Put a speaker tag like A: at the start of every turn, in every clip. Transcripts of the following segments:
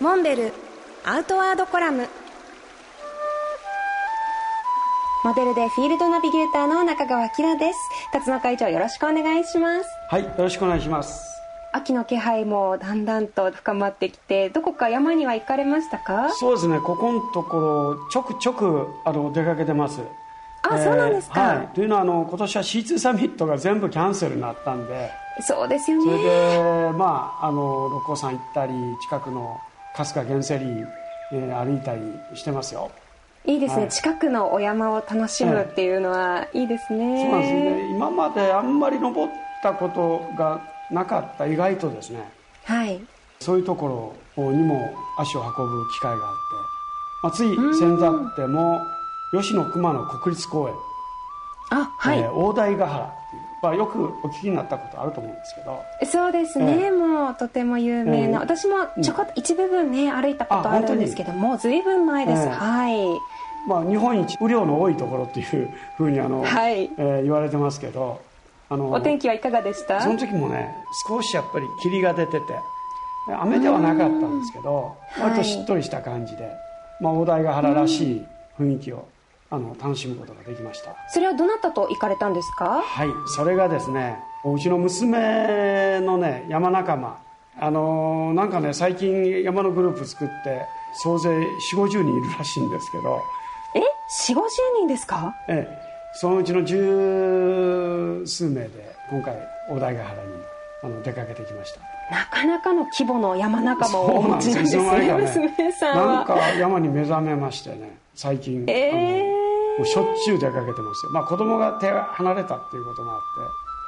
A: モンベルアウトワードコラムモデルでフィールドナビゲーターの中川明です辰野会長よろしくお願いします
B: はい、よろしくお願いします。
A: 秋の気配もだんだんと深まってきてどこか山には行かれましたか
B: そうですね、ここのところ、ちょくちょくあの出かけてます。
A: あそうなんですか
B: はい、というのはあの、今年は C2 サミットが全部キャンセルになったんで、
A: そうですよ
B: それ
A: ね
B: で、まあ、あの六甲山行ったり、近くの春日原生林、えー歩いたりしてますよ。
A: いいですね、
B: はい
A: 近くのお山を楽しむっていうのはいいですね、
B: そうなんですね、今まであんまり登ったことがなかった、意外とですね、
A: はい
B: そういうところにも足を運ぶ機会があって、まあ、つい先だっても吉野熊野国立公園、
A: あはい、
B: えー大台ヶ原っていう、まあ、よくお聞きになったことあると思うんですけど
A: そうですね、
B: ええ
A: もうとても有名な、
B: ええ
A: 私もちょこっと一部分ね歩いたことあ
B: あ本
A: る
B: 当
A: ん
B: に
A: ですけどもずいぶん前です、
B: ええ
A: はい
B: まあ、日本一雨量の多いところっていうふうにあの、
A: はい
B: えー言われてますけどあの
A: お天気はいかがでした
B: その時もね少しやっぱり霧が出てて雨ではなかったんですけど
A: うん
B: 割としっとりした感じで、まあ、大台ヶ原らしい雰囲気をあの楽しむことができました。
A: それはどなたと行かれたんですか
B: はい、それがですね、うちの娘のね、山仲間、あのーなんかね、最近、山のグループ作って、総勢4 50人いるらしいんですけど、
A: え4 5 0人ですか
B: ええ、そのうちの十数名で、今回、大台ヶ原にあの出かけてきました。
A: なかなかの規模の山仲間をお持ちなんです
B: そうなん
A: ね
B: ですよいつの間にか
A: 娘さん
B: なん
A: は
B: か山に目覚めましてね、最近、
A: え
B: あの
A: え
B: もうしょっちゅう出かけてますよ。まあ、子供が手が離れたっていうこともあって。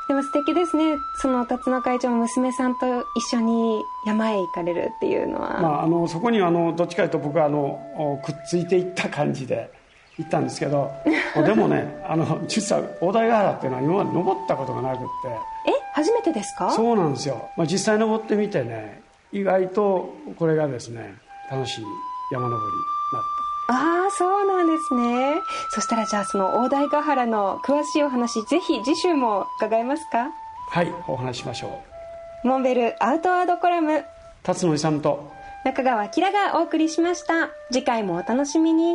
A: でも素敵ですねその辰野会長も娘さんと一緒に山へ行かれるっていうのは、
B: まあ、あのそこにはあのどっちかというと僕はあのおくっついていった感じで行ったんですけどでもねあの実は大台ヶ原っていうのは今まで登ったことがなくって
A: え初めてですか
B: そうなんですよ、まあ、実際登ってみてね意外とこれがですね楽しい山登りになった
A: ああそうなんですねそしたらじゃあその大台ヶ原の詳しいお話ぜひ次週も伺えますか
B: はいお話ししましょう
A: モンベルアウトワードコラム
B: 辰野勇と
A: 中川明がお送りしました次回もお楽しみに